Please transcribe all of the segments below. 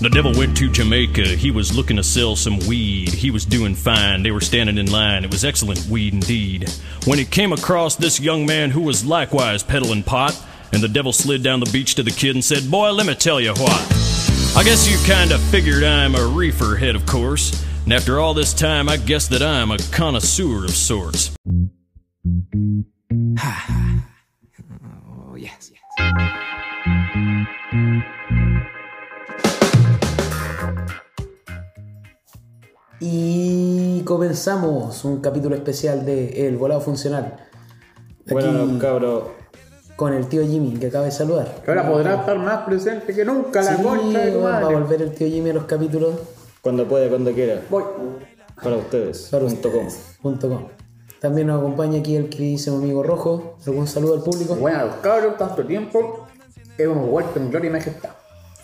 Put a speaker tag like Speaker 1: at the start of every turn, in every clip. Speaker 1: The devil went to Jamaica. He was looking to sell some weed. He was doing fine. They were standing in line. It was excellent weed indeed. When he came across this young man who was likewise peddling pot, and the devil slid down the beach to the kid and said, Boy, let me tell you what. I guess you kinda figured I'm a reefer head, of course. And after all this time, I guess that I'm a connoisseur of sorts.
Speaker 2: Oh, yes, yes.
Speaker 3: Y comenzamos un capítulo especial de El Volado Funcional
Speaker 4: Bueno, cabros.
Speaker 3: con el tío Jimmy que acaba de saludar.
Speaker 4: Que ahora podrá estar más presente que nunca la
Speaker 3: Sí,
Speaker 4: concha de tu
Speaker 3: va a
Speaker 4: madre.
Speaker 3: volver el tío Jimmy a los capítulos.
Speaker 4: Cuando pueda, cuando quiera.
Speaker 2: Voy.
Speaker 4: Para ustedes.
Speaker 3: Para
Speaker 4: punto com.
Speaker 3: Punto com. También nos acompaña aquí el queridísimo amigo Rojo. ¿Algún saludo al público?
Speaker 4: Bueno, los cabros, tanto tiempo. Hemos vuelto en gloria y majestad.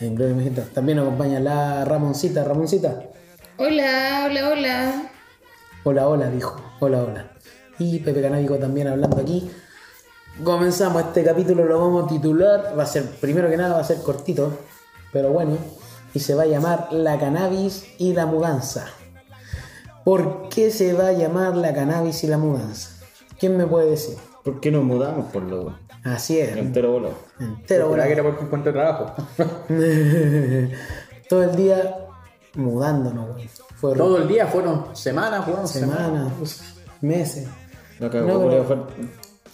Speaker 3: En Gloria Mejita. También nos acompaña la Ramoncita. Ramoncita.
Speaker 5: Hola, hola, hola.
Speaker 3: Hola, hola, dijo. Hola, hola. Y Pepe Canábico también hablando aquí. Comenzamos este capítulo, lo vamos a titular. Va a ser, primero que nada, va a ser cortito, pero bueno. Y se va a llamar La cannabis y la mudanza. ¿Por qué se va a llamar La cannabis y la mudanza? ¿Quién me puede decir?
Speaker 4: ¿Por qué nos mudamos por lo
Speaker 3: Así es.
Speaker 4: entero volado?
Speaker 3: Entero, bueno.
Speaker 4: Ojalá que era porque encuentro trabajo.
Speaker 3: Todo el día mudándonos, güey. Fue
Speaker 4: Todo el día fueron semanas, fueron semanas.
Speaker 3: semanas, meses.
Speaker 4: No, cagó,
Speaker 3: No,
Speaker 4: culiao,
Speaker 3: pero-
Speaker 4: fal-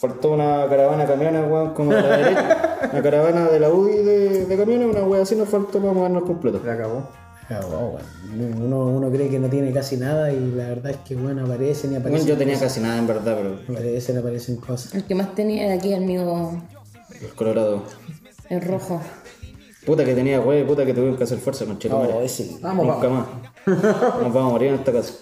Speaker 4: Faltó una caravana camiona, weón, como de la derecha. Una caravana de la UDI de, de camiones, una weá así nos faltó para movernos completo.
Speaker 2: Se acabó.
Speaker 3: Ah, wow, bueno. uno, uno cree que no tiene casi nada y la verdad es que bueno, aparecen y
Speaker 4: Bueno,
Speaker 3: aparecen.
Speaker 4: yo tenía casi nada en verdad, pero
Speaker 3: Aparecen, aparecen cosas.
Speaker 5: El que más tenía era aquí, amigo,
Speaker 4: el Colorado.
Speaker 5: el rojo.
Speaker 4: Puta que tenía weá, puta que tuvimos que hacer fuerza con
Speaker 3: Oh, ese-
Speaker 4: Vamos, Nunca más. Nos vamos a morir en esta casa.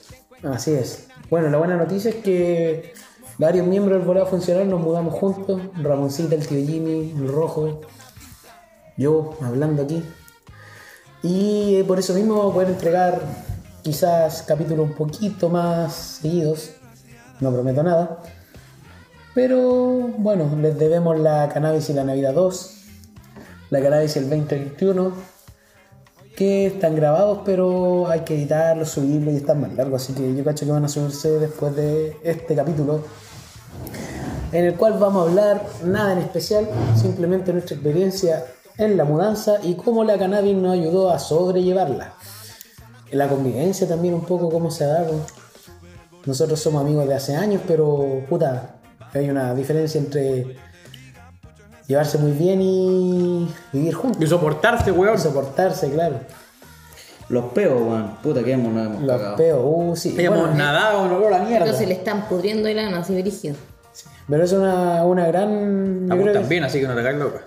Speaker 3: Así es. Bueno, la buena noticia es que varios miembros del volado funcional nos mudamos juntos. Ramoncita, el tío Jimmy, el rojo, yo hablando aquí. Y eh, por eso mismo vamos a poder entregar quizás capítulos un poquito más seguidos. No prometo nada. Pero bueno, les debemos la cannabis y la Navidad 2. La cannabis y el 2021. que están grabados, pero hay que editarlos, subirlos y están más largos. Así que yo cacho que van a subirse después de este capítulo, en el cual vamos a hablar nada en especial, simplemente nuestra experiencia en la mudanza y cómo la cannabis nos ayudó a sobrellevarla. La convivencia también un poco, cómo se ha dado. Nosotros somos amigos de hace años, pero puta, hay una diferencia entre llevarse muy bien y vivir juntos.
Speaker 2: Y soportarse, weón.
Speaker 3: Soportarse, claro.
Speaker 4: Los peos, weón. Puta que hemos, nos hemos
Speaker 3: Los
Speaker 4: cagado.
Speaker 3: peos, uh, sí.
Speaker 2: Habíamos
Speaker 3: Bueno,
Speaker 2: nadado en olor a mierda.
Speaker 5: Entonces le están pudriendo el ano, así brígido.
Speaker 3: pero es una, una gran. yo
Speaker 2: Ah, pues
Speaker 3: creo que-
Speaker 2: también, así que no te caes loca.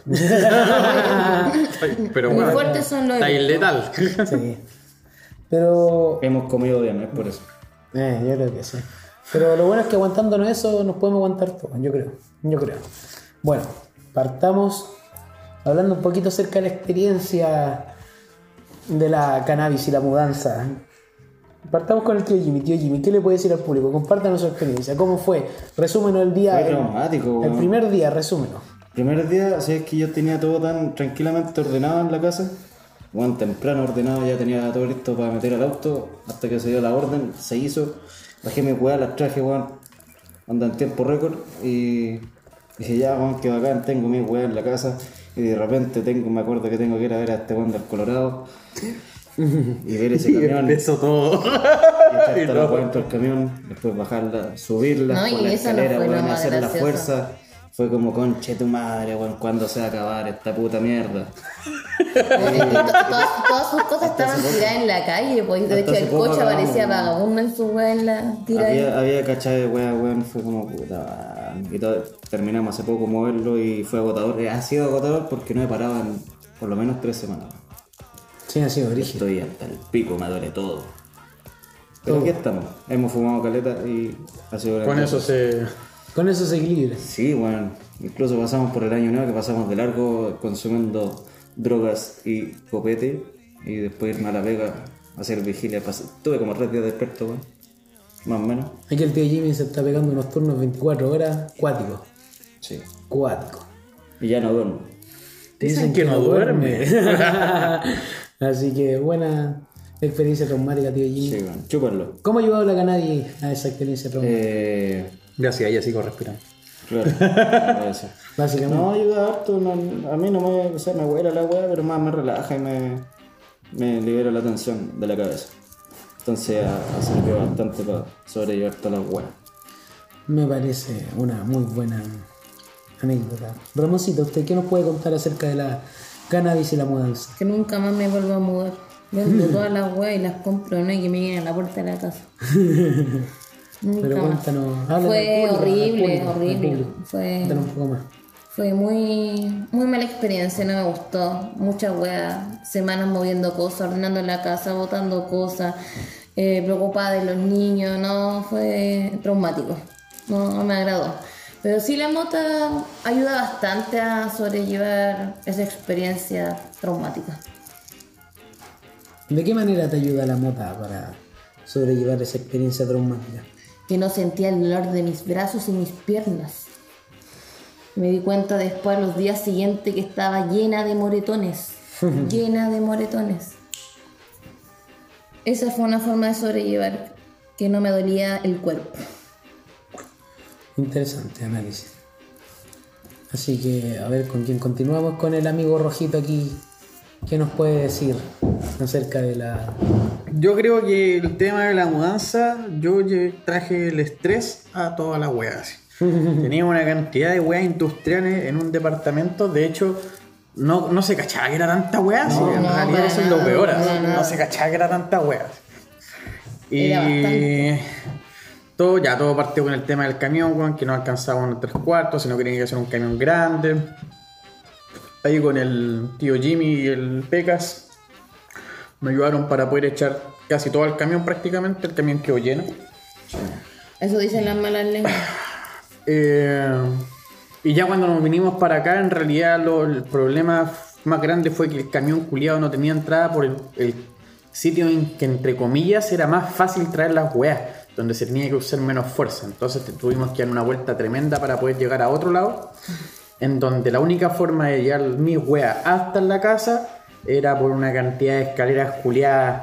Speaker 2: Ay, Pero
Speaker 5: Muy
Speaker 2: bueno,
Speaker 5: fuertes son los
Speaker 2: está ahí letal.
Speaker 3: sí. Pero.
Speaker 4: Hemos comido bien, es por eso.
Speaker 3: Eh, yo creo que sí. Pero lo bueno es que aguantándonos eso nos podemos aguantar todo, yo creo. Yo creo. Bueno, partamos hablando un poquito acerca de la experiencia de la cannabis y la mudanza. Partamos con el tío Jimmy. Tío Jimmy, ¿qué le puede decir al público? Compártanos su experiencia. ¿Cómo fue? Resúmenos el día.
Speaker 4: Fue
Speaker 3: el-
Speaker 4: traumático,
Speaker 3: El
Speaker 4: weón.
Speaker 3: primer día, resúmenos.
Speaker 4: Primer día, si es que yo tenía todo tan tranquilamente ordenado en la casa. Bueno, temprano ordenado, ya tenía todo listo para meter al auto. Hasta que se dio la orden, se hizo. Bajé mi weá, las traje, weón. Anda en tiempo récord. Y dije, ya, weón, que bacán, tengo mi weá en la casa. Y de repente tengo, me acuerdo que tengo que ir a ver a este weón del Colorado. Y ver ese camión. y
Speaker 2: Eso todo.
Speaker 4: echar toda la weá dentro del camión. Después bajarla, subirla,
Speaker 5: No, y
Speaker 4: por la
Speaker 5: eso no
Speaker 4: escalera,
Speaker 5: fue lo
Speaker 4: weón,
Speaker 5: más
Speaker 4: hacer la
Speaker 5: gracioso.
Speaker 4: fuerza casa, fue como, conche tu madre, weón, ¿cuándo se va a acabar esta puta mierda?
Speaker 3: Eh,
Speaker 5: todas, todas sus cosas estaban tiradas en la calle, pues de
Speaker 4: Hasta
Speaker 5: hecho
Speaker 4: hace
Speaker 5: el
Speaker 4: poco
Speaker 5: coche
Speaker 4: acabamos,
Speaker 5: aparecía
Speaker 4: ¿no?
Speaker 5: vagabundo en su weá en la tirada.
Speaker 4: Había, había cachado de weón, weón, fue como, puta madre. Y todo- terminamos hace poco moverlo y fue agotador. Eh, Ha sido agotador porque no he parado en por lo menos tres semanas.
Speaker 3: Sí, ha sido origen.
Speaker 4: Estoy hasta el pico, me duele todo. Pero aquí estamos, hemos fumado caleta y ha sido gran
Speaker 2: Con
Speaker 4: cosa.
Speaker 2: eso se.
Speaker 3: Con eso se equilibra.
Speaker 4: Sí, bueno, incluso pasamos por el año nuevo que pasamos de largo consumiendo drogas y copete y después irme a la vega a hacer vigilia. Pas- Tuve como tres días despierto, weón. Más o menos.
Speaker 3: Aquí el tío Jimmy se está pegando unos turnos 24 horas cuáticos.
Speaker 4: Sí.
Speaker 3: Cuáticos.
Speaker 4: Y ya no duermo.
Speaker 2: Dicen que no duerme.
Speaker 3: Así que buena experiencia traumática, tío Jimmy.
Speaker 4: Sí, weón. Chúpalo.
Speaker 3: ¿Cómo ha ayudado la Canadi a esa experiencia traumática?
Speaker 4: Eh,
Speaker 2: Gracias, ahí sigo respirando.
Speaker 4: claro, eso.
Speaker 3: Básicamente.
Speaker 4: No, ayuda harto. no- a mí no me. O sea, me huela la weá, pero más me relaja y me. Me libera la tensión de la cabeza. Entonces ha, ha servido bastante para sobrellevar todas las weas.
Speaker 3: Me parece una muy buena anécdota. Ramoncito, ¿usted qué nos puede contar acerca de la cannabis y la mudanza?
Speaker 5: Que nunca más me vuelvo a mudar. Vendo todas las weas y las compro, no hay que me vienen a la puerta de la casa. Nunca
Speaker 3: Pero
Speaker 5: más.
Speaker 3: cuéntanos, háblale
Speaker 5: Fue
Speaker 3: al público, al
Speaker 5: horrible,
Speaker 3: público, al
Speaker 5: horrible.
Speaker 3: público.
Speaker 5: Fue,
Speaker 3: Cuéntanos un poco más.
Speaker 5: fue muy, muy mala experiencia, no me gustó. Muchas weas, semanas moviendo cosas, ordenando la casa, botando cosas, eh, preocupada de los niños, no, fue traumático. No, no me agradó. Pero sí la mota ayuda bastante a sobrellevar esa experiencia traumática.
Speaker 3: ¿De qué manera te ayuda la mota para sobrellevar esa experiencia traumática?
Speaker 5: que no sentía el dolor de mis brazos y mis piernas. Me di cuenta después, los días siguientes, que estaba llena de moretones. llena de moretones. Esa fue una forma de sobrellevar que no me dolía el cuerpo.
Speaker 3: Interesante análisis. Así que, a ver, con quién continuamos con el amigo rojito aquí. ¿Qué nos puede decir acerca de la.
Speaker 2: Yo creo que el tema de la mudanza, yo lle- traje el estrés a todas las weas. Tenía una cantidad de weas industriales en un departamento, de hecho, no, no se cachaba que era tanta wea, así, en
Speaker 5: no,
Speaker 2: realidad
Speaker 5: para
Speaker 2: eso es lo
Speaker 5: nada,
Speaker 2: peor,
Speaker 5: para
Speaker 2: así, no
Speaker 5: nada.
Speaker 2: se cachaba que era tanta wea.
Speaker 5: Era
Speaker 2: Y
Speaker 5: bastante.
Speaker 2: todo, ya todo partió con el tema del camión, weón, que no alcanzaba unos tres cuartos, sino que tenía que hacer un camión grande. Ahí con el tío Jimmy y el Pecas me ayudaron para poder echar casi todo el camión prácticamente, el camión quedó lleno.
Speaker 5: Eso dicen las malas lenguas.
Speaker 2: Eh, y ya cuando nos vinimos para acá, en realidad lo- el problema más grande fue que el camión culiado no tenía entrada por el, el sitio en que, entre comillas, era más fácil traer las weas, donde se tenía que usar menos fuerza. Entonces te- tuvimos que dar una vuelta tremenda para poder llegar a otro lado, en donde la única forma de llegar mis weas hasta la casa era por una cantidad de escaleras culiadas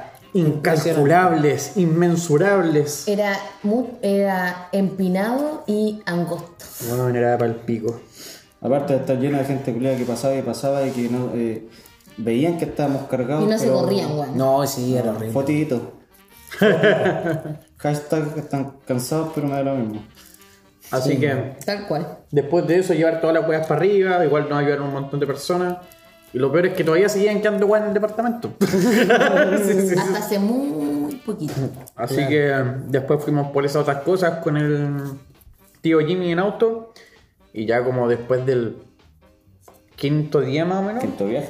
Speaker 2: incalculables, inmensurables.
Speaker 5: Era, mu- era empinado y angosto.
Speaker 2: Bueno, era para el pico.
Speaker 4: Aparte de estar lleno de gente culiada que pasaba y pasaba y que no. eh, veían que estábamos
Speaker 2: Ah,
Speaker 4: cargados.
Speaker 5: Y no se
Speaker 4: pero-
Speaker 5: corrían, weón.
Speaker 3: No, sí, era horrible.
Speaker 4: Fotito. Hashtag están cansados, pero me da lo mismo.
Speaker 2: Así que
Speaker 5: Tal cual.
Speaker 2: Después de eso, llevar todas las weas para arriba, igual nos ayudaron un montón de personas. Y lo peor es que todavía seguían quedando weas en el departamento.
Speaker 5: Hasta hace muy poquito.
Speaker 2: Así que eh, después fuimos por esas otras cosas con el tío Jimmy en auto. Y ya como después del quinto día más o menos,
Speaker 4: Quinto viaje.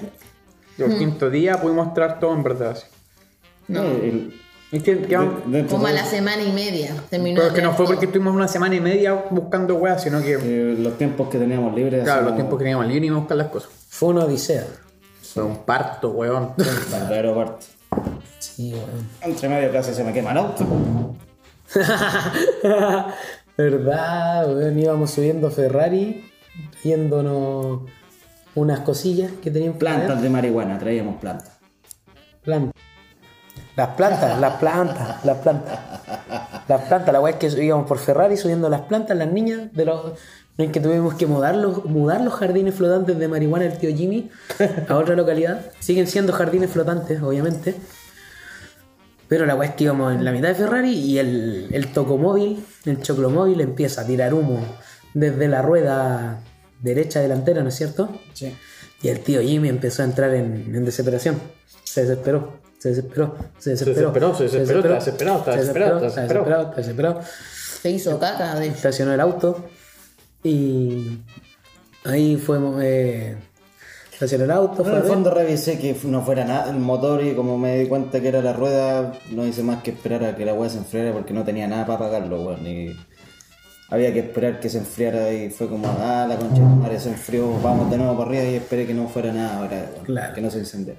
Speaker 2: el quinto día pudimos traer todo en verdad. así.
Speaker 5: No.
Speaker 4: Eh, el-
Speaker 2: Es que, que-
Speaker 4: de- dentro
Speaker 5: Como a
Speaker 4: de-
Speaker 5: la semana y media. Terminó
Speaker 2: pero es
Speaker 5: de
Speaker 2: que no
Speaker 5: ver
Speaker 2: fue
Speaker 5: todo.
Speaker 2: porque estuvimos una semana y media buscando weas, sino que,
Speaker 4: eh, los tiempos que teníamos libres. así
Speaker 2: claro, los
Speaker 4: como-
Speaker 2: tiempos que teníamos libre y buscar las cosas.
Speaker 3: Fue una odisea.
Speaker 2: Fue un parto, weón.
Speaker 4: Verdadero parte.
Speaker 3: Sí, weón.
Speaker 4: Entre medio clase se me quema el auto.
Speaker 3: ¿Verdad? weón? íbamos subiendo Ferrari, yéndonos unas cosillas que tenían
Speaker 4: Plantas de marihuana, traíamos plantas.
Speaker 3: Plantas. Las plantas, las plantas, las plantas. Las plantas, la weá es que íbamos por Ferrari subiendo las plantas, las niñas de los. No es que tuvimos que mudar los, mudar los jardines flotantes de marihuana del tío Jimmy a otra localidad. Siguen siendo jardines flotantes, obviamente. Pero la weá es que íbamos en la mitad de Ferrari y el, el tocomóvil, el choclomóvil empieza a tirar humo desde la rueda derecha delantera, ¿no es cierto? Sí. Y el tío Jimmy empezó a entrar en, en desesperación. Se desesperó, se desesperó, se desesperó.
Speaker 2: desesperó, se desesperó, está desesperado, está
Speaker 3: se
Speaker 2: desesperado,
Speaker 3: está
Speaker 2: está
Speaker 3: desesperado, está desesperado.
Speaker 5: Se hizo caca, de hecho.
Speaker 3: Estacionó el auto y ahí fuimos... Eh, estacionó el auto, fue a
Speaker 4: Pero en el
Speaker 3: ver.
Speaker 4: fondo revisé que no fuera nada el motor y como me di cuenta que era la rueda, no hice más que esperar a que la weá se enfriara porque no tenía nada para apagarlo, weón. y había que esperar que se enfriara y fue como, ah, la concha de tu madre se enfrió, vamos de nuevo para arriba y esperé que no fuera nada ahora, weón,
Speaker 3: Claro.
Speaker 4: que no se encendiera.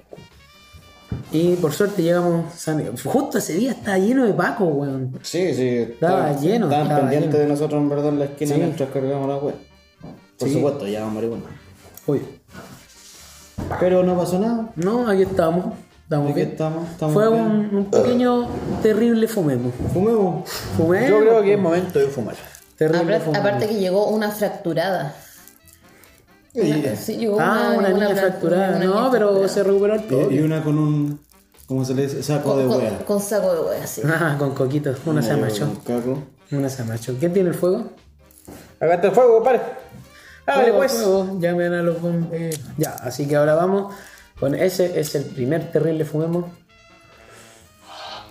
Speaker 3: Y por suerte llegamos... sane- Justo ese día estaba lleno de pacos, weón.
Speaker 4: Sí, sí,
Speaker 3: Estaba
Speaker 4: estaban-
Speaker 3: lleno,
Speaker 4: Estaban
Speaker 3: estaba
Speaker 4: pendientes
Speaker 3: lleno.
Speaker 4: de nosotros en verdad en la esquina
Speaker 3: Sí.
Speaker 4: mientras cargamos la weá. Por supuesto, ya marihuana.
Speaker 3: Uy.
Speaker 4: Pero no pasó nada.
Speaker 3: No, aquí estamos. Estamos
Speaker 4: ¿De qué
Speaker 3: bien.
Speaker 4: estamos? Estamos
Speaker 3: Fue
Speaker 4: bien.
Speaker 3: un, un pequeño terrible fumemo.
Speaker 4: Fumemos.
Speaker 3: Fumemo.
Speaker 2: Yo creo que es momento de fumar.
Speaker 3: Terrible
Speaker 5: Aparte,
Speaker 3: fumemo.
Speaker 5: aparte que llegó una fracturada. Una- sí, llegó
Speaker 3: ah, una, niña
Speaker 5: fra-
Speaker 3: fracturada.
Speaker 5: una niña
Speaker 3: no, pero
Speaker 5: fracturada.
Speaker 3: se recuperó el
Speaker 4: Y, y
Speaker 3: toque.
Speaker 4: una con un. ¿Cómo se le dice? Saco de
Speaker 5: con, con-
Speaker 4: hueá.
Speaker 5: con saco de hueá, sí.
Speaker 3: Ah, con coquito. Una se amachó.
Speaker 4: Caco.
Speaker 3: Una se amachó. ¿Quién tiene el fuego?
Speaker 2: Acá está el fuego, compadre. Hágale
Speaker 3: Fuego,
Speaker 2: pues.
Speaker 3: fuego. Llamen a los bom- eh, Ya, así que ahora vamos. Bueno, ese es el primer terrible fumemo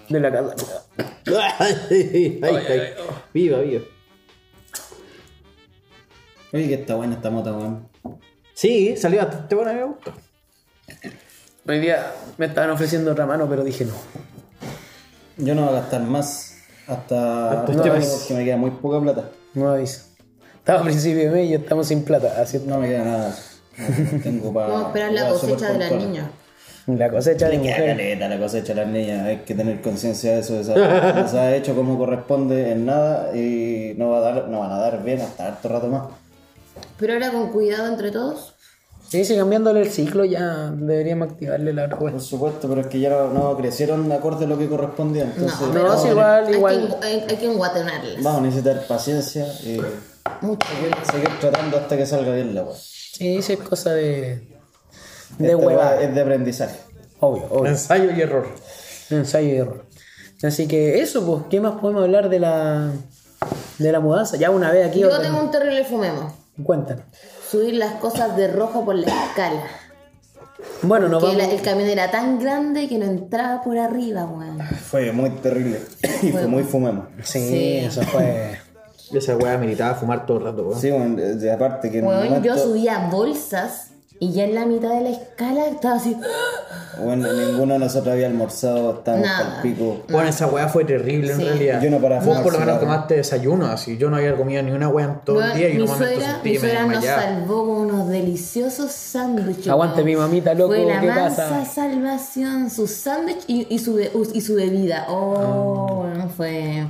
Speaker 3: de la casa.
Speaker 4: Ay, ay. Viva, viva. Oye, que está buena esta mota, weón.
Speaker 2: Sí, salió bastante bueno, a mí me gustó.
Speaker 3: Hoy día me estaban ofreciendo otra mano, pero dije no.
Speaker 4: Yo no voy a gastar más hasta.
Speaker 3: Hasta
Speaker 4: no,
Speaker 3: este mes.
Speaker 4: porque me queda muy poca plata.
Speaker 3: No aviso. Estaba a principio de mes y estamos sin plata. Así
Speaker 4: No me queda nada. No Tengo para.
Speaker 5: Vamos a esperar la cosecha de las niñas.
Speaker 3: la cosecha de
Speaker 4: Queda
Speaker 3: mujer.
Speaker 4: caleta la cosecha de las niñas, hay que tener conciencia de eso, de esa- no se ha hecho como corresponde en nada y no, va a dar, no van a dar bien hasta harto rato más.
Speaker 5: Pero ahora con cuidado entre todos.
Speaker 3: Sí, sí, cambiándole el ciclo ya deberíamos activarle la otra
Speaker 4: Por
Speaker 3: vuelta.
Speaker 4: supuesto, pero es que ya no, no crecieron acorde a lo que correspondía, entonces
Speaker 5: No,
Speaker 3: No,
Speaker 5: pero
Speaker 3: sí,
Speaker 5: hay
Speaker 3: igual,
Speaker 5: que
Speaker 3: igual.
Speaker 5: engu- hay, hay que enguatenarlas.
Speaker 4: vamos a necesitar paciencia y seguir
Speaker 5: Mucho.
Speaker 4: tratando hasta que salga bien la wea.
Speaker 3: Sí, sí, es cosa de. de
Speaker 4: Esta wea
Speaker 3: hueva.
Speaker 4: Es de aprendizaje.
Speaker 3: Obvio, obvio.
Speaker 2: Ensayo y error.
Speaker 3: Ensayo y error. Así que eso, pues, ¿qué más podemos hablar de la. de la mudanza? Ya una vez aquí.
Speaker 5: Yo
Speaker 3: otra-
Speaker 5: tengo un terrible fumemos.
Speaker 3: Cuéntanos.
Speaker 5: Subir las cosas de rojo por la escala.
Speaker 3: Bueno, nos
Speaker 5: Que
Speaker 3: vamos.
Speaker 5: la- el camión era tan grande que no entraba por arriba, weón.
Speaker 4: Fue muy terrible y fue muy fumemos.
Speaker 3: Sí,
Speaker 5: Sí.
Speaker 3: eso fue.
Speaker 2: Esa weá militaba fumar todo el rato, weón.
Speaker 4: Sí, bueno, de aparte que en un
Speaker 5: Weón, yo
Speaker 4: momento-
Speaker 5: subía bolsas y ya en la mitad de la escala estaba así.
Speaker 4: bueno, ninguno de nosotros había almorzado, estábamos
Speaker 5: Nada.
Speaker 4: al pico.
Speaker 2: Bueno, esa weá fue terrible en
Speaker 5: Sí.
Speaker 2: realidad.
Speaker 4: Yo no paraba de
Speaker 2: Vos
Speaker 4: fumar
Speaker 2: por lo menos
Speaker 4: cigarro.
Speaker 2: tomaste desayuno, así. Yo no había comido ni una weá en todo el
Speaker 5: Weón,
Speaker 2: día y en
Speaker 5: mi
Speaker 2: un momento
Speaker 5: suegra,
Speaker 2: sentí
Speaker 5: mi
Speaker 2: que me
Speaker 5: suegra nos
Speaker 2: desmayaba.
Speaker 5: salvó con unos deliciosos sándwiches.
Speaker 3: Aguante
Speaker 5: weón.
Speaker 3: mi mamita, loco,
Speaker 5: Fue la
Speaker 3: ¿qué
Speaker 5: mansa
Speaker 3: pasa?
Speaker 5: salvación, su sándwich y, y su, be- y su bebida. Oh,
Speaker 2: Ah.
Speaker 5: weón, fue.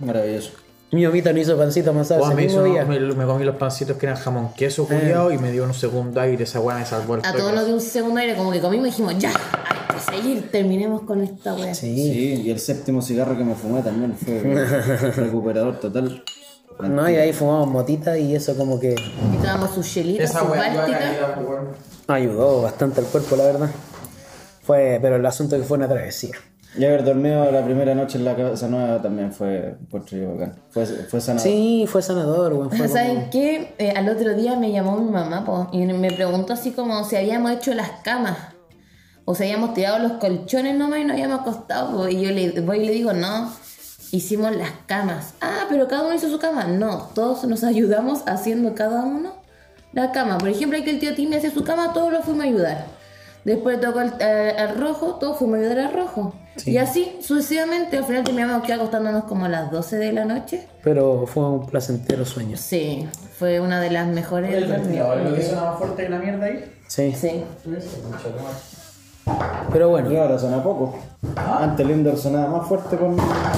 Speaker 4: Maravilloso.
Speaker 3: Mi mamita no hizo pancito amasado
Speaker 2: Weón,
Speaker 3: ese
Speaker 2: me, hizo
Speaker 3: mismo
Speaker 2: unos-
Speaker 3: día.
Speaker 2: me, me comí los pancitos que eran jamón queso, culiao, y me dio un segundo aire. Esa weá me salvó el
Speaker 5: A
Speaker 2: toque.
Speaker 5: todos nos dio un segundo aire, como que comimos y dijimos, ya, hay que seguir, terminemos con esta weá.
Speaker 3: Sí.
Speaker 4: Sí, y el séptimo cigarro que me fumé también fue recuperador total.
Speaker 3: No, y ahí fumamos motita y eso como que
Speaker 5: Y tomamos su gelita,
Speaker 2: Esa
Speaker 5: su
Speaker 2: weá yo
Speaker 5: báltica.
Speaker 2: la weón.
Speaker 3: ayudó bastante al cuerpo, la verdad. Fue, pero el asunto que fue una travesía.
Speaker 4: Y haber dormido la primera noche en la casa nueva también fue encuentro yo bacán. Fue, fue sanador.
Speaker 3: Sí, fue sanador, weón. fue como-
Speaker 5: Ah. ¿Saben qué? Eh, al otro día me llamó mi mamá po, y me preguntó así como si habíamos hecho las camas o si habíamos tirado los colchones nomás y nos habíamos acostado. po. Y yo le voy y le digo, no, hicimos las camas. Ah, pero cada uno hizo su cama. No, todos nos ayudamos haciendo cada uno la cama. Por ejemplo, hay que el tío Timmy hace su cama, todos lo fuimos a ayudar. Después le tocó al, al- al rojo, todos fuimos a ayudar al rojo. Y así sucesivamente, al final terminamos aquí acostándonos como a las 12 de la noche.
Speaker 3: Pero fue un placentero sueño.
Speaker 5: Sí, fue una de las mejores reuniones.
Speaker 2: más fuerte que la mierda ahí?
Speaker 3: Sí.
Speaker 5: Sí.
Speaker 3: Pero bueno,
Speaker 4: Y ahora suena poco. Antes Lindor sonaba más fuerte Ah. con.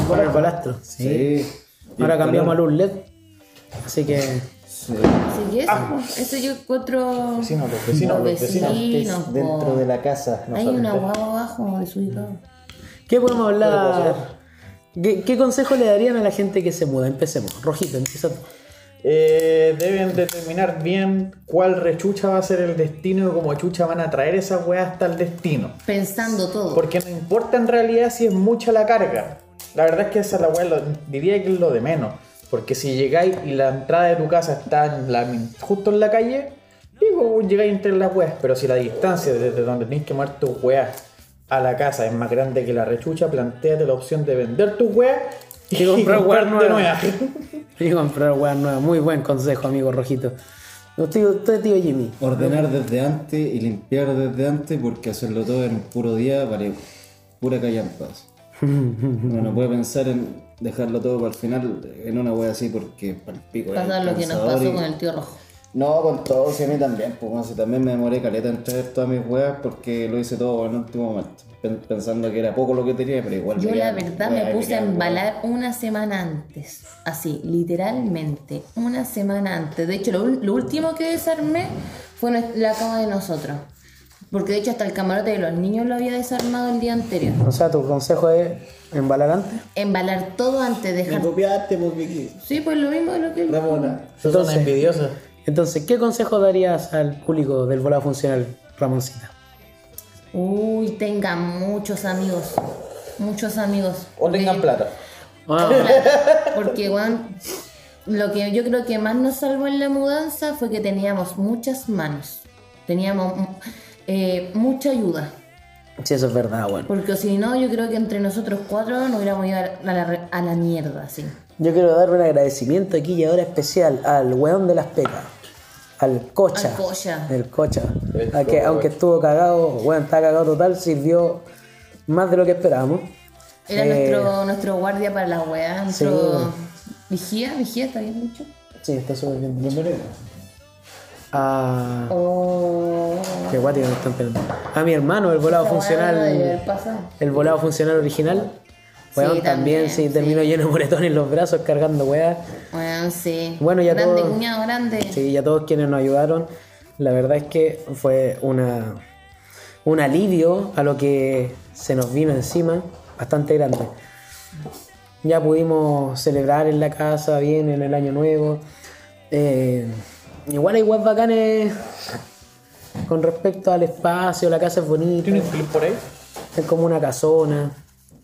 Speaker 3: con el balastro. Sí.
Speaker 4: Sí.
Speaker 3: Ahora cambiamos a luz LED. Así que
Speaker 4: Sí.
Speaker 5: Así que eso, pues, eso yo encuentro.
Speaker 4: Vecinos, los
Speaker 5: vecinos,
Speaker 4: vecinos,
Speaker 5: los vecinos,
Speaker 4: antes
Speaker 5: po.
Speaker 4: dentro de la casa.
Speaker 5: Hay
Speaker 4: nosotros.
Speaker 5: una guagua abajo desubicado.
Speaker 3: ¿Qué podemos hablar? ¿Qué, qué consejo le darían a la gente que se muda? Empecemos. Rojito, empieza tú.
Speaker 2: Eh, deben determinar bien cuál rechucha va a ser el destino y cómo chucha van a traer esa weá hasta el destino.
Speaker 5: Pensando todo.
Speaker 2: Porque no importa en realidad si es mucha la carga. La verdad es que esa es la weá, lo- diría que es lo de menos. Porque si llegáis y la entrada de tu casa está en la min- justo en la calle, digo, llegáis entre las weas. Pero si la distancia desde donde tenéis que mover tus weas a la casa es más grande que la rechucha, planteate la opción de vender tus weas
Speaker 3: Y comprar weas
Speaker 2: comprarte
Speaker 3: nuevas. Y comprar weas nuevas. Muy buen consejo, amigo Rojito. Usted, usted tío Jimmy.
Speaker 4: Ordenar desde antes y limpiar desde antes porque hacerlo todo en un puro día vale pura callampa. Uno no puede pensar en dejarlo todo para el final en una wea así porque para el pico. es
Speaker 5: Pasa lo que nos
Speaker 4: cansador
Speaker 5: pasó
Speaker 4: y-
Speaker 5: con el tío rojo.
Speaker 4: No, con todo, sí, a mí también. Pues, bueno, sí, también me demoré caleta en traer todas mis weas porque lo hice todo en el último momento. pen- Pensando que era poco lo que tenía, pero igual.
Speaker 5: Yo
Speaker 4: me
Speaker 5: la
Speaker 4: quedan
Speaker 5: verdad
Speaker 4: weas,
Speaker 5: me puse a
Speaker 4: quedan
Speaker 5: embalar una semana antes. Así, literalmente, una semana antes. De hecho, lo, ul- lo último que desarmé fue nues- la cama de nosotros. Porque de hecho hasta el camarote de los niños lo había desarmado el día anterior.
Speaker 3: O sea, tu consejo es embalar antes.
Speaker 5: Embalar todo antes,
Speaker 4: Me
Speaker 5: dejar...
Speaker 4: copiaste porque quise.
Speaker 5: Sí, pues lo mismo de lo que...
Speaker 4: Ramona.
Speaker 2: Son una
Speaker 3: Entonces-
Speaker 2: envidiosa.
Speaker 3: Entonces, ¿qué consejo darías al público del volado funcional, Ramoncita?
Speaker 5: Uy, tengan muchos amigos. Muchos amigos.
Speaker 6: O tengan plata.
Speaker 3: Ah.
Speaker 5: Porque, weón, lo que yo creo que más nos salvó en la mudanza fue que teníamos muchas manos. Teníamos mm, eh, mucha ayuda.
Speaker 3: Sí, eso es verdad, bueno.
Speaker 5: Porque si no, yo creo que entre nosotros cuatro nos hubiéramos ido a la, re- a la mierda, sí.
Speaker 3: Yo quiero dar un agradecimiento aquí y ahora especial al weón de las pecas. Al cocha.
Speaker 5: Al Cocha.
Speaker 3: El cocha.
Speaker 6: El
Speaker 3: A que,
Speaker 6: Cocha.
Speaker 3: aunque estuvo cagado, weón, está cagado total, sirvió más de lo que esperábamos.
Speaker 5: Era
Speaker 3: Eh,
Speaker 5: nuestro, nuestro guardia para la weá, nuestro vigía, vigía, está bien dicho.
Speaker 3: Sí, está súper bien. Ah,
Speaker 5: O
Speaker 3: qué guático me están pelando. A mi hermano, el volado funcional. El volado funcional original.
Speaker 5: eh. Sí,
Speaker 3: Weón, también,
Speaker 5: también,
Speaker 3: sí,
Speaker 5: sí.
Speaker 3: terminó lleno de moretones en los brazos cargando weas.
Speaker 5: Bueno, sí.
Speaker 3: Bueno, ya
Speaker 5: grande,
Speaker 3: todo-
Speaker 5: cuñado, grande.
Speaker 3: Sí, y a todos quienes nos ayudaron, la verdad es que fue una, un alivio a lo que se nos vino encima, bastante grande. Ya pudimos celebrar en la casa bien en el año nuevo. Eh, igual hay weas bacanes con respecto al espacio, la casa es bonita,
Speaker 6: ¿Tienes clip por ahí?
Speaker 3: es como una casona.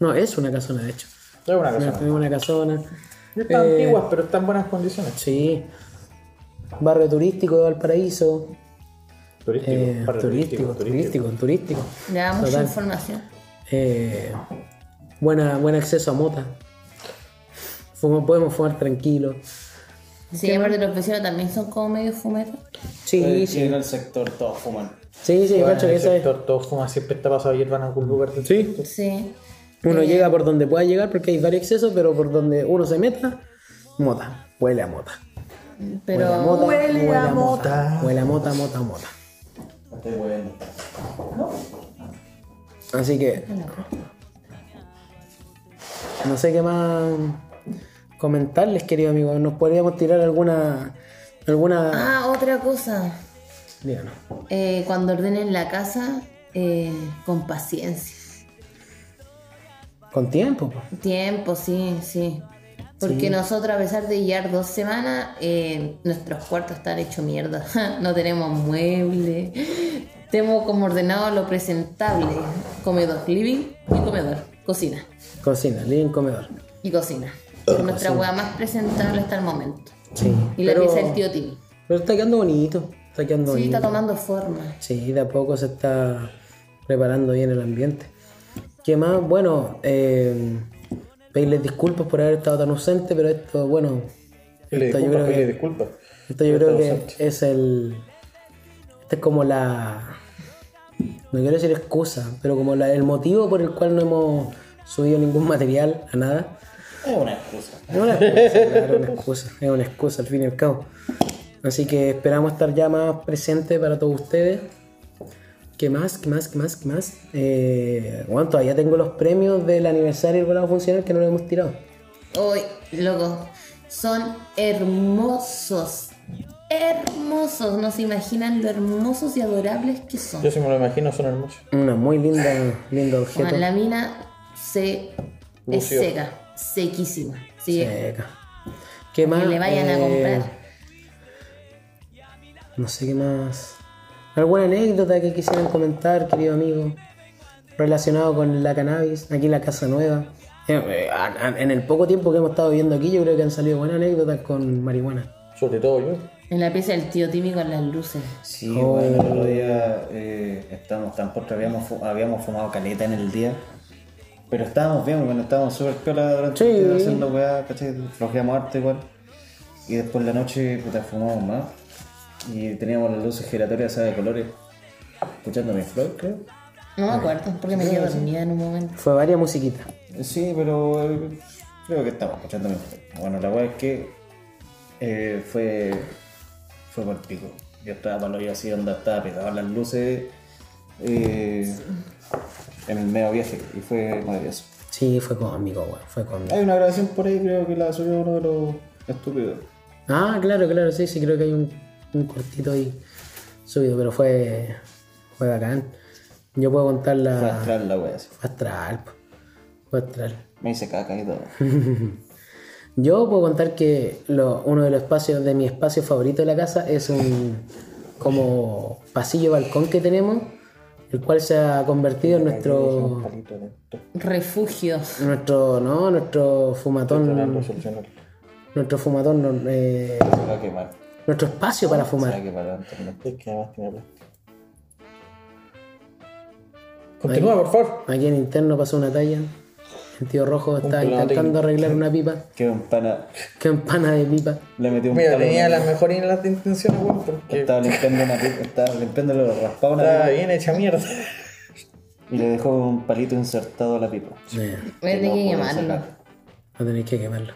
Speaker 3: No, es una casona de hecho.
Speaker 6: Es una
Speaker 3: Es
Speaker 6: cosa.
Speaker 3: una casona.
Speaker 6: No están
Speaker 3: Eh,
Speaker 6: antiguas, pero están en buenas condiciones.
Speaker 3: Sí. Barrio turístico de Valparaíso.
Speaker 6: Turístico,
Speaker 3: Eh,
Speaker 6: para
Speaker 3: turístico, turístico, turístico.
Speaker 5: Le da mucha
Speaker 3: Total.
Speaker 5: información.
Speaker 3: Eh, buena, buen acceso a mota. Fumo- podemos fumar tranquilo.
Speaker 5: Sí, aparte los vecinos también son como medio fumeros.
Speaker 3: Sí,
Speaker 4: Y
Speaker 3: sí,
Speaker 4: en el sector todos fuman.
Speaker 3: sí, sí,
Speaker 6: Bueno,
Speaker 3: cacho,
Speaker 6: en
Speaker 3: que
Speaker 6: el
Speaker 3: esa es-
Speaker 6: sector todos fuman, siempre está pasado ayer van a algún lugar del
Speaker 3: Sí.
Speaker 6: sector.
Speaker 5: Sí.
Speaker 3: Uno
Speaker 5: Eh,
Speaker 3: llega por donde pueda llegar porque hay varios accesos, pero por donde uno se meta, mota. Huele a mota. Huele a
Speaker 5: Pero
Speaker 3: mota. Huele a mota. Huele a mota, mota, mota.
Speaker 4: Está bueno.
Speaker 3: Así que. No sé qué más comentarles, querido amigo. Nos podríamos tirar alguna. alguna.
Speaker 5: Ah, otra cosa.
Speaker 3: Díganos.
Speaker 5: Eh, cuando ordenen la casa, eh, con paciencia.
Speaker 3: Con tiempo, po.
Speaker 5: Tiempo, sí, sí. Porque nosotros, a pesar de llevar dos semanas, eh, nuestros cuartos están hechos mierda. no tenemos muebles. Tenemos como ordenado lo presentable. Comedor, living y comedor. Cocina
Speaker 3: Cocina, living comedor.
Speaker 5: y Ah, cocina. Es nuestra hueá más presentable hasta el momento.
Speaker 3: Sí.
Speaker 5: Y
Speaker 3: pero,
Speaker 5: la pieza del tío Timmy.
Speaker 3: Pero está quedando bonito. Está quedando
Speaker 5: Sí,
Speaker 3: bonito.
Speaker 5: está tomando forma.
Speaker 3: Sí, de a poco se está preparando bien el ambiente. ¿Qué más? Bueno, eh, pedirles disculpas por haber estado tan ausente, pero esto, bueno,
Speaker 6: Pele,
Speaker 3: Esto yo
Speaker 6: disculpa,
Speaker 3: creo que-
Speaker 6: pele, disculpa.
Speaker 3: Esto yo
Speaker 6: Pero
Speaker 3: creo
Speaker 6: está
Speaker 3: que es el. Esta es como la. No quiero decir excusa, pero como la- el motivo por el cual no hemos subido ningún material a nada.
Speaker 4: Es una excusa.
Speaker 3: Es una excusa, claro, una excusa, es una excusa al fin y al cabo. Así que esperamos estar ya más presente para todos ustedes. ¿Qué más? ¿Qué más? ¿Qué más? ¿Qué más? Eh, bueno, todavía tengo los premios del aniversario del volado funcional que no lo hemos tirado.
Speaker 5: Hoy, loco, son hermosos. Hermosos, no se imaginan lo hermosos y adorables que son.
Speaker 6: Yo si me lo imagino son hermosos.
Speaker 3: Una muy linda, lindo objeto.
Speaker 5: Bueno, la mina se es
Speaker 6: Lució.
Speaker 5: seca, sequísima. Sí,
Speaker 3: Seca. ¿Qué más?
Speaker 5: que le vayan a
Speaker 3: Eh,
Speaker 5: comprar.
Speaker 3: No sé qué más. ¿Alguna anécdota que quisieran comentar, querido amigo? Relacionado con la cannabis, aquí en la Casa Nueva. Eh, eh, a- a- En el poco tiempo que hemos estado viviendo aquí, yo creo que han salido buenas anécdotas con marihuana.
Speaker 6: Sobre todo yo.
Speaker 5: En la pieza del tío Timmy con las luces.
Speaker 4: Sí, bueno, el otro día eh, estábamos tan porque habíamos, fu- habíamos fumado caleta en el día. Pero estábamos bien, bueno, estábamos súper piola durante
Speaker 3: Sí.
Speaker 4: el día haciendo weá, ¿cachai? Flojeamos harto igual. Y después en la noche, puta, fumamos más. Y teníamos las luces giratorias esas de colores. Escuchando mi Floyd, creo.
Speaker 5: No
Speaker 3: Eh.
Speaker 5: me acuerdo, porque me quedé dormida en un momento.
Speaker 3: Fue varias musiquitas.
Speaker 4: Sí, pero eh, creo que estamos escuchando mejor. Bueno, la weá es que eh, fue, fue por el pico. Yo estaba para lo yo así, onda, estaba pegado a las luces eh, en el medio viaje y fue maravilloso.
Speaker 3: Sí, fue conmigo, weón. Fue conmigo.
Speaker 4: Hay una grabación por ahí, creo que la subió uno de los estúpidos.
Speaker 6: Ah.
Speaker 3: Ah, claro, claro, sí, sí, creo que hay un, un cortito ahí subido, pero fue. Fue bacán. Yo puedo contar la.
Speaker 4: Fue astral la wea así.
Speaker 3: Fue astral, po. Fue astral.
Speaker 4: Me hice caca y todo.
Speaker 3: Yo puedo contar que lo- uno de los espacios, de mi espacio favorito de la casa, es un como pasillo balcón que tenemos, el cual se ha convertido en nuestro,
Speaker 5: Refugio.
Speaker 3: nuestro, no, nuestro fumatón,
Speaker 6: solucionarlo.
Speaker 3: nuestro fumatón, no, eh,
Speaker 4: Se va a quemar.
Speaker 3: nuestro espacio para
Speaker 4: Se va a
Speaker 3: fumar.
Speaker 4: quemar antes. ¿no?
Speaker 6: Es que además tiene plástico. Continúa, por favor.
Speaker 3: Aquí en interno pasó una talla. El tío rojo estaba
Speaker 6: pelado
Speaker 3: intentando arreglar una pipa,
Speaker 4: Que un pana
Speaker 3: que empana de pipa.
Speaker 4: le metió un
Speaker 6: Mira,
Speaker 4: palo.
Speaker 6: tenía las mejores las intenciones, weón, porque
Speaker 4: Estaba limpiando una pipa, estaba limpiando los raspados una
Speaker 6: está
Speaker 4: pipa
Speaker 6: bien hecha mierda.
Speaker 4: y le dejó un palito insertado a la pipa.
Speaker 3: Eh.
Speaker 5: Voy a tener que
Speaker 4: pudo
Speaker 5: llamarlo.
Speaker 4: sacar.
Speaker 3: No tenéis que quemarlo.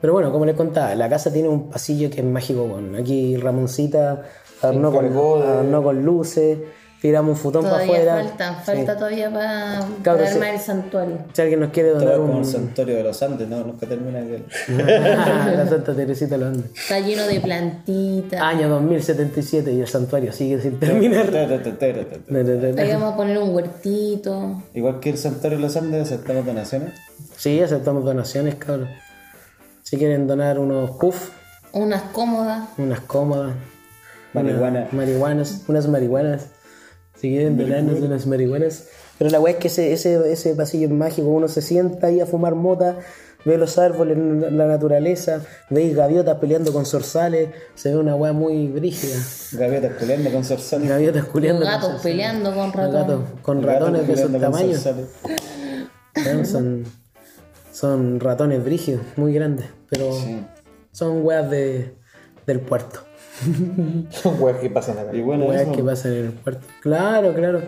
Speaker 3: Pero bueno, como les contaba, la casa tiene un pasillo que es mágico. Bueno. Aquí Ramoncita adornó con,
Speaker 6: encargó de-
Speaker 3: adornó con luces, tiramos un futón para
Speaker 5: Todavía
Speaker 3: afuera.
Speaker 5: falta, falta todavía para,
Speaker 3: Cabros,
Speaker 5: para armar
Speaker 3: sí.
Speaker 5: el santuario.
Speaker 3: Si alguien nos quiere
Speaker 4: Estaba
Speaker 3: donar
Speaker 4: como
Speaker 3: un.
Speaker 4: el santuario de los Andes, ¿no? Nunca termina que...
Speaker 3: Ah, la Santa Teresita lo anda.
Speaker 5: Está lleno de plantitas.
Speaker 3: Año 2077 y el santuario sigue sin terminar. Ah.
Speaker 5: Ahí vamos a poner un huertito.
Speaker 4: Igual que el santuario de los Andes, aceptamos donaciones.
Speaker 3: Sí, aceptamos donaciones, cabrón. Si quieren donar unos puff,
Speaker 5: Unas cómodas.
Speaker 3: unas cómodas,
Speaker 4: Marihuana.
Speaker 3: Unas marihuanas, unas marihuanas. Si quieren donarnos unas marihuanas. Pero la weá es que ese, ese, ese pasillo es mágico. Uno se sienta ahí a fumar mota, ve los árboles, la naturaleza, ve gaviotas peleando con zorzales. Se ve una weá muy brígida.
Speaker 4: Gaviotas culiando con zorzales.
Speaker 3: Gaviotas culiando con
Speaker 5: Gatos
Speaker 3: zorzales.
Speaker 5: peleando con
Speaker 3: Los gatos
Speaker 5: ratón.
Speaker 3: con
Speaker 4: Gatos
Speaker 3: ratones de
Speaker 4: culiando
Speaker 3: esos
Speaker 4: con
Speaker 3: tamaños.
Speaker 4: zorzales.
Speaker 3: Weón, Son, son ratones brígidos, muy grandes. Pero son weas de, del puerto.
Speaker 6: Son weas que pasan acá.
Speaker 4: Y bueno,
Speaker 3: Weas
Speaker 4: eso,
Speaker 3: que pasan en el puerto. Claro, claro.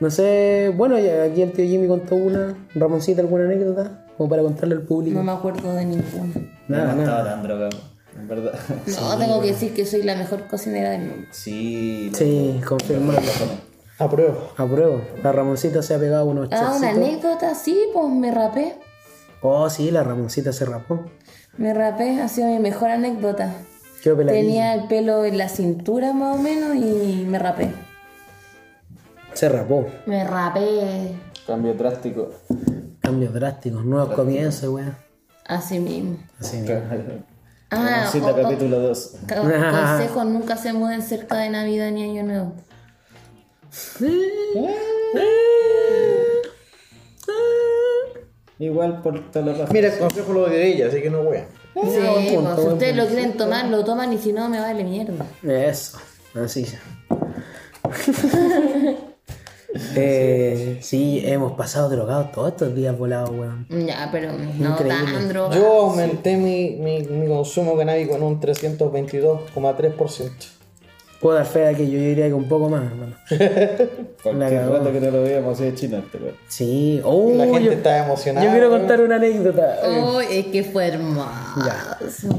Speaker 3: No sé, bueno, ya aquí el tío Jimmy contó una, Ramoncita, alguna anécdota, como para contarle al
Speaker 5: No
Speaker 3: público.
Speaker 5: me acuerdo de ninguna.
Speaker 4: no, no estaba tan drogado, en verdad.
Speaker 5: No, tengo que decir que soy la mejor cocinera del mundo.
Speaker 4: Sí,
Speaker 3: Sí, confirmado.
Speaker 6: Apruebo.
Speaker 3: Apruebo. La Ramoncita se ha pegado unos
Speaker 5: Ah, una
Speaker 3: chesitos.
Speaker 5: anécdota, sí, pues me rapé.
Speaker 3: Oh, sí, la Ramoncita se rapó.
Speaker 5: Me rapé, ha sido mi mejor anécdota.
Speaker 3: Qué peladilla.
Speaker 5: Tenía el pelo en la cintura más o menos y me rapé.
Speaker 3: Se rapó.
Speaker 5: Me rapé
Speaker 4: cambio drástico.
Speaker 3: Cambios drásticos, nuevos comienzos, weón.
Speaker 5: así mismo.
Speaker 3: Así
Speaker 5: Ah,
Speaker 4: Cita
Speaker 5: o- o-
Speaker 4: capítulo 2.
Speaker 5: co- consejo, nunca se muden cerca de Navidad ni Año Nuevo. Ah.
Speaker 3: Ah.
Speaker 4: Igual por toda la raja.
Speaker 6: Mira, el consejo lo de ella, así que no wea.
Speaker 5: Sí, pues, si ustedes lo quieren tomar, lo toman y si no, me vale mierda.
Speaker 3: Eso, así ya. Eh, sí, hemos pasado drogados todos estos días volados, weón.
Speaker 5: Ya, pero no
Speaker 3: Increíble.
Speaker 5: tan droga.
Speaker 2: eh,
Speaker 6: Yo aumenté mi, mi, mi consumo canábico en un 322,3%.
Speaker 3: Puedo dar fe a que yo diría que un poco más, hermano.
Speaker 4: Cualquier
Speaker 3: cagó.
Speaker 4: rato que no lo veíamos así de China, este weón.
Speaker 3: Sí, oh,
Speaker 6: La gente
Speaker 3: yo,
Speaker 6: está emocionada.
Speaker 3: yo quiero
Speaker 6: weón.
Speaker 3: contar una anécdota.
Speaker 5: Oh, es que fue hermoso.
Speaker 3: Ya.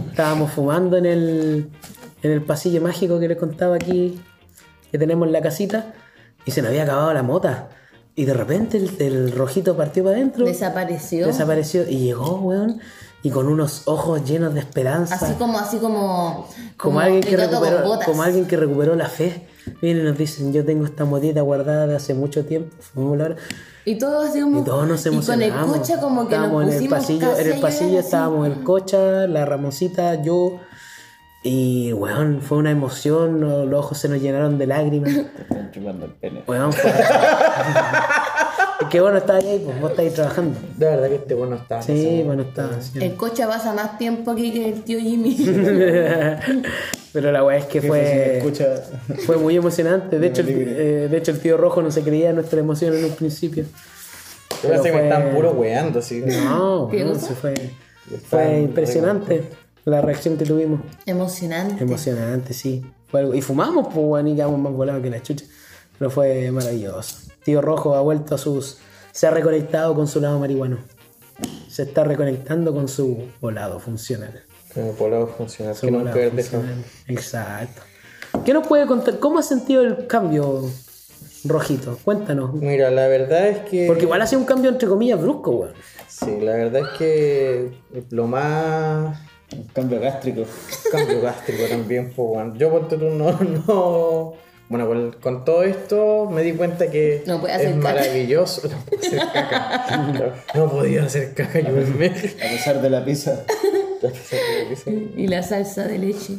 Speaker 3: Estábamos fumando en el, en el pasillo mágico que les contaba aquí, que tenemos en la casita, y se nos había acabado la mota. Y de repente el, el rojito partió para adentro,
Speaker 5: Desapareció.
Speaker 3: desapareció y llegó, weón, y con unos ojos llenos de esperanza.
Speaker 5: Así como, así como.
Speaker 3: como alguien que
Speaker 5: el gato con
Speaker 3: recuperó
Speaker 5: botas.
Speaker 3: como alguien que recuperó la fe vienen y nos dicen yo tengo esta motita guardada de hace mucho tiempo fumémosla ahora".
Speaker 5: Y todos hacíamos.
Speaker 3: y todos nos emocionamos
Speaker 5: Y con el coche, como que
Speaker 3: estábamos
Speaker 5: nos
Speaker 3: en el
Speaker 5: pusimos
Speaker 3: pasillo
Speaker 5: casi
Speaker 3: en
Speaker 5: a
Speaker 3: el pasillo
Speaker 5: llorar,
Speaker 3: estábamos el cocha la ramoncita yo y weón fue una emoción no- los ojos se nos llenaron de lágrimas
Speaker 4: Te están chupando el pene.
Speaker 3: weón fue... Y que bueno estaba ahí pues vos estáis trabajando
Speaker 6: De verdad que este bueno está.
Speaker 3: sí bueno estaba sí.
Speaker 5: así. El coche pasa más tiempo aquí que el tío Jimmy.
Speaker 3: pero la weá es que
Speaker 4: Si me
Speaker 3: fue
Speaker 4: escucha,
Speaker 3: Fue muy emocionante. De hecho, el, eh, de hecho, el tío rojo no se creía nuestra emoción en un principio.
Speaker 6: Yo pensé que
Speaker 3: fue-
Speaker 6: me están puro weando, así.
Speaker 3: No, no, sí fue, fue impresionante la reacción que tuvimos.
Speaker 5: Emocionante.
Speaker 3: Emocionante, sí. Fue algo- Y fumamos, pues, weón, y quedamos más volados que la chucha. Pero fue maravilloso. Tío rojo ha vuelto a sus. Se ha reconectado con su lado marihuano. Se está reconectando con su volado funcional.
Speaker 6: Que me puedo funcionar, que
Speaker 3: Su
Speaker 6: no
Speaker 3: volado
Speaker 6: perder
Speaker 3: funcional. Exacto. ¿Qué nos puede contar? ¿Cómo ha sentido el cambio, Rojito? Cuéntanos.
Speaker 6: Mira, la verdad es que.
Speaker 3: Porque igual ha sido un cambio entre comillas brusco, weón.
Speaker 6: Sí, la verdad es que lo más
Speaker 4: un cambio gástrico.
Speaker 6: cambio gástrico también, pues, weón. Yo por no, no,
Speaker 2: Bueno, pues, con todo esto me di cuenta que
Speaker 5: No puede hacer
Speaker 2: es
Speaker 5: caca.
Speaker 2: maravilloso. No puede hacer caca. No, no podía hacer caca, yo me...
Speaker 4: A pesar de la pizza.
Speaker 5: Y la salsa de leche.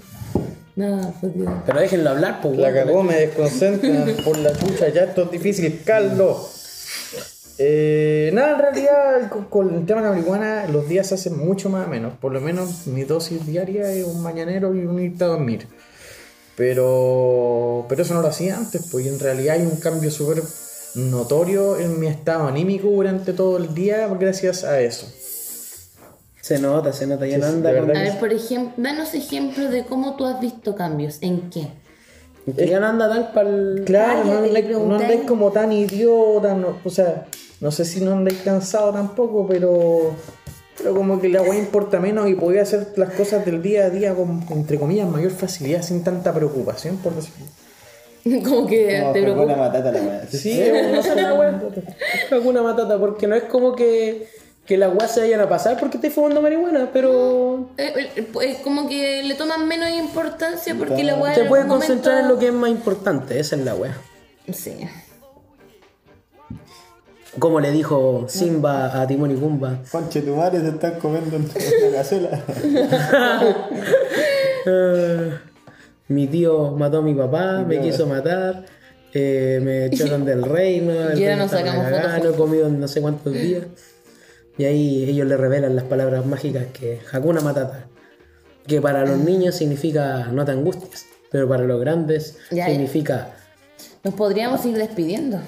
Speaker 5: No, por Dios.
Speaker 3: Pero déjenlo hablar, pues,
Speaker 2: La
Speaker 3: weón.
Speaker 2: cagó, me desconcentra por la chucha, ya esto es difícil, Carlos. Eh, nada, en realidad con, con el tema de la marihuana los días se hacen mucho más o menos. Por lo menos mi dosis diaria es un mañanero y un irte a dormir. Pero, pero eso no lo hacía antes, pues y en realidad hay un cambio súper notorio en mi estado anímico durante todo el día gracias a eso.
Speaker 3: Se nota, se nota, ya no
Speaker 2: sí,
Speaker 3: anda
Speaker 2: de
Speaker 3: con
Speaker 5: A
Speaker 2: verdad
Speaker 5: ver, por ejemplo, danos ejemplos de cómo tú has visto cambios. ¿En qué?
Speaker 3: que ya no anda tan pa'l-
Speaker 2: Claro, no
Speaker 5: Cállate,
Speaker 2: andáis,
Speaker 5: le
Speaker 2: no
Speaker 5: preguntáis.
Speaker 2: andáis como tan idiota, no- o sea, no sé si no andáis cansado tampoco, pero, pero como que la weá importa menos y podía hacer las cosas del día a día con, entre comillas, mayor facilidad, sin tanta preocupación, por decirlo.
Speaker 5: Como que
Speaker 4: Como
Speaker 5: te
Speaker 4: pegó la
Speaker 5: preocupa.
Speaker 4: matata la weá.
Speaker 3: Este Sí, no sé, la weá. Alguna matata, porque no es como que, que las weas se vayan a pasar porque estoy fumando marihuana, pero
Speaker 5: Eh, eh, Es como que le toman menos importancia porque la weá.
Speaker 3: se
Speaker 5: en
Speaker 3: puede
Speaker 5: algún
Speaker 3: concentrar en lo
Speaker 5: momento-
Speaker 3: que es más importante, esa es la wea.
Speaker 5: Sí.
Speaker 3: Como le dijo Simba a Timón y Pumba.
Speaker 4: Conche tu madre se están comiendo la gacela.
Speaker 3: Eh, mi tío mató a mi papá, me quiso matar, eh, me echaron del reino, el
Speaker 5: Y
Speaker 3: reino
Speaker 5: ahora nos
Speaker 3: está
Speaker 5: sacamos
Speaker 3: cagado,
Speaker 5: fotos
Speaker 3: no he comido en no sé cuántos días. Y ahí ellos le revelan las palabras mágicas que Hakuna Matata, que para
Speaker 5: Ah.
Speaker 3: los niños significa no te angusties, pero para los grandes
Speaker 5: Ya, ya.
Speaker 3: significa...
Speaker 5: Nos podríamos ir despidiendo.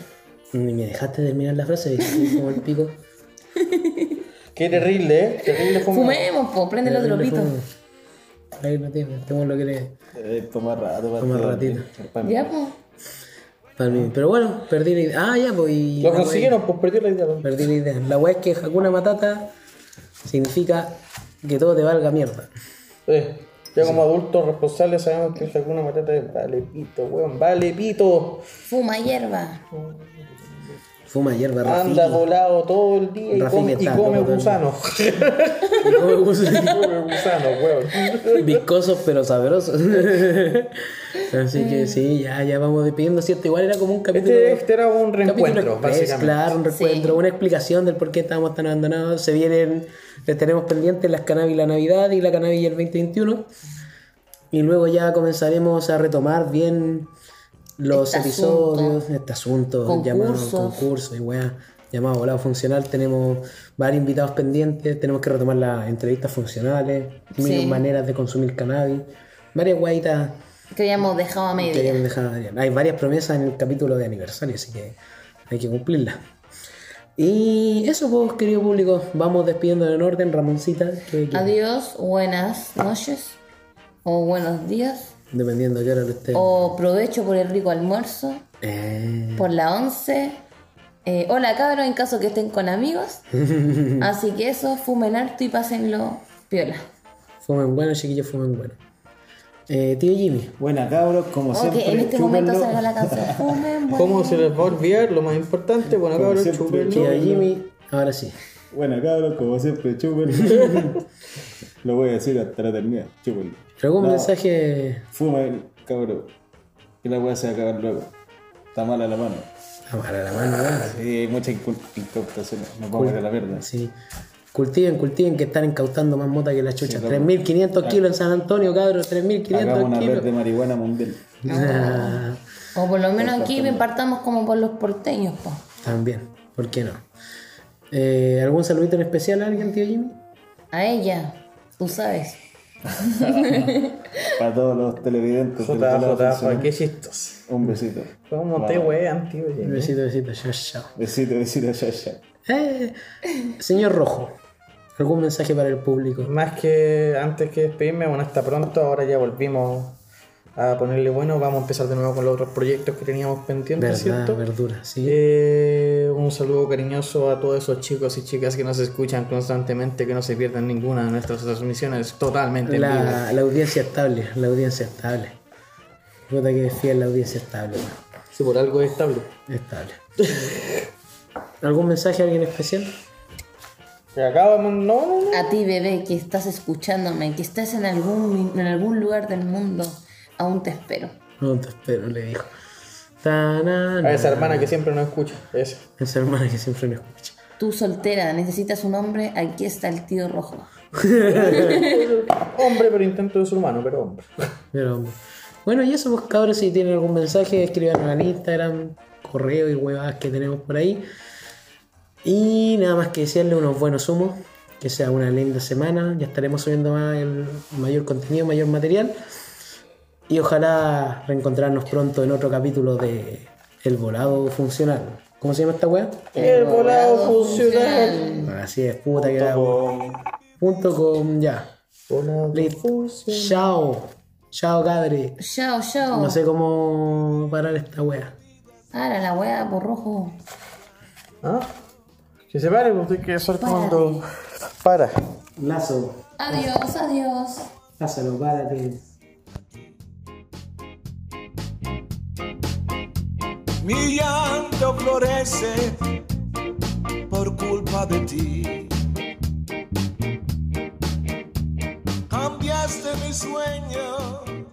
Speaker 3: Ni me dejaste terminar la frase, como el pico.
Speaker 2: Qué terrible, ¿eh? Terrible como...
Speaker 5: Fumemos, po, prende los dropitos.
Speaker 3: Ahí lo tienes, tengo lo que le...
Speaker 4: Eh, Toma rato, para
Speaker 3: Toma
Speaker 5: Ah,
Speaker 4: todo.
Speaker 3: ratito.
Speaker 4: Pa-
Speaker 5: Ya, po.
Speaker 3: para mí. Pero bueno, perdí la idea. Ah, ya, pues... y
Speaker 2: Lo
Speaker 3: la wea-
Speaker 2: consiguieron, pues perdió la idea.
Speaker 3: Perdí la idea. La weá es que Hakuna Matata significa que todo te valga mierda.
Speaker 2: Eh, ya como adultos responsables sabemos que alguna matata es vale pito, weón, vale pito.
Speaker 5: Fuma hierba.
Speaker 3: Fuma hierba,
Speaker 2: Anda
Speaker 3: Rafiki.
Speaker 2: volado todo el día y
Speaker 3: Rafiki
Speaker 2: come, y
Speaker 3: está
Speaker 2: come
Speaker 3: loco,
Speaker 2: gusanos.
Speaker 3: Y come gusanos.
Speaker 2: come gusanos, weón.
Speaker 3: Viscosos pero sabrosos. Así que sí, ya, ya vamos despidiendo. Cierto, igual era como un capítulo.
Speaker 2: Este, este era un
Speaker 3: capítulo
Speaker 2: reencuentro,
Speaker 3: express,
Speaker 2: básicamente.
Speaker 3: Claro, un reencuentro, una explicación del por qué estábamos tan abandonados. Se vienen, les tenemos pendientes las cannabis la Navidad y la cannabis el 2021. Y luego ya comenzaremos a retomar bien los
Speaker 5: Este
Speaker 3: episodios, este asunto,
Speaker 5: Concursos.
Speaker 3: llamado concurso y weá, llamado volado funcional. Tenemos varios invitados pendientes, tenemos que retomar las entrevistas funcionales, mil
Speaker 5: Sí.
Speaker 3: maneras de consumir cannabis, varias guaitas
Speaker 5: Que habíamos dejado
Speaker 3: que
Speaker 5: a media.
Speaker 3: hayan dejado a Adrián. Hay varias promesas en el capítulo de aniversario, así que hay que cumplirlas. Y eso, pues, querido público, vamos despidiendo en orden, Ramoncita, que- que-
Speaker 5: Adiós, buenas noches. O buenos días.
Speaker 3: dependiendo de qué hora lo esté.
Speaker 4: Oh.
Speaker 5: O provecho por el rico almuerzo.
Speaker 3: Eh,
Speaker 5: Por la 11. Eh, hola cabros, en caso que estén con amigos. Así que eso, fumen harto y pásenlo piola.
Speaker 3: fumen bueno, chiquillos, fumen bueno. Eh, tío Jimmy,
Speaker 4: Buena cabros, como
Speaker 5: O
Speaker 4: siempre.
Speaker 5: que en este momento
Speaker 4: chúpenlo.
Speaker 5: salga la canción. Fumen, bueno.
Speaker 2: ¿Cómo se les va a olvidar? Lo más importante, bueno,
Speaker 4: Como
Speaker 2: cabrón,
Speaker 4: siempre,
Speaker 2: chúpenlo.
Speaker 3: tío Jimmy, ahora sí.
Speaker 4: Buena cabros, como siempre, chúpenlo. Lo voy a decir hasta la eternidad, chúpenlo.
Speaker 3: ¿Algún
Speaker 4: No.
Speaker 3: mensaje?
Speaker 4: Fuma el cabro. Que la weá se va a acabar luego. Está mala la mano.
Speaker 3: Amar a la mano, ¿verdad?
Speaker 4: Sí, hay mucha incul- incautación. Nos vamos a ir a la mierda.
Speaker 3: Sí. Cultiven, cultiven, que están incautando más mota que la chucha. 3.500 kilos en San Antonio, cabros, 3.500
Speaker 4: Hagamos una
Speaker 3: kilos.
Speaker 4: red de marihuana mundial.
Speaker 3: Ah.
Speaker 5: O por lo menos aquí partamos como por los porteños, po.
Speaker 3: También, ¿por qué no? Eh, ¿Algún saludito en especial a alguien, tío Jimmy?
Speaker 5: A ella, tú sabes.
Speaker 4: Para todos los televidentes. del
Speaker 2: Jota,
Speaker 4: Volado
Speaker 2: jota,
Speaker 4: Funcional.
Speaker 2: jota, qué chistos.
Speaker 4: Un besito.
Speaker 2: Como te wean, tío. oye.
Speaker 3: Un besito, besito, chao, chao.
Speaker 4: Besito, besito, ya, ya.
Speaker 3: Eh, señor Rojo, ¿algún mensaje para el público?
Speaker 2: Más que antes que despedirme, bueno, hasta pronto. Ahora ya volvimos a ponerle bueno. Vamos a empezar de nuevo con los otros proyectos que teníamos pendientes,
Speaker 3: Verdad,
Speaker 2: ¿cierto?
Speaker 3: verdura, sí.
Speaker 2: Eh, un saludo cariñoso a todos esos chicos y chicas que nos escuchan constantemente, que no se pierdan ninguna de nuestras transmisiones totalmente en vivo.
Speaker 3: la, la audiencia estable, la audiencia estable. Puta que es fiel la audiencia estable, weón,
Speaker 2: Si por algo es estable.
Speaker 3: estable. ¿Algún mensaje a alguien especial?
Speaker 2: Se acaba, man- no, no, no.
Speaker 5: A ti, bebé, que estás escuchándome, que estás en algún, en algún lugar del mundo, aún te espero.
Speaker 3: No te espero, le dijo. Tanana.
Speaker 2: A esa hermana que siempre no escucha. Esa.
Speaker 3: Esa hermana que siempre me escucha.
Speaker 5: Tú soltera, necesitas un hombre, aquí está el tío rojo.
Speaker 2: Hombre, pero intento de ser humano, pero hombre.
Speaker 3: Pero, bueno, y eso, pues cabros, si tienen algún mensaje, escriban en Instagram, correo y huevadas que tenemos por ahí. Y nada más que desearle unos buenos humos, que sea una linda semana. Ya estaremos subiendo más el mayor contenido, mayor material. Y ojalá reencontrarnos pronto en otro capítulo de El Volado Funcional. ¿Cómo se llama esta weá?
Speaker 2: El volado funcional.
Speaker 3: Así es, puta que la- Punto com, ya.
Speaker 2: Volado
Speaker 3: Listo.
Speaker 2: funcional.
Speaker 3: Chao. Chao, cabre.
Speaker 5: Chao, chao.
Speaker 3: No sé cómo parar esta wea.
Speaker 5: Ahora la wea por rojo.
Speaker 2: ¿Ah? Que se pare, porque hay que hacer
Speaker 5: Párate.
Speaker 2: cuando. Para.
Speaker 3: Lazo,
Speaker 5: Adiós, adiós.
Speaker 3: lázalo, párate.
Speaker 7: mi llanto florece por culpa de ti. Cambiaste mi sueño.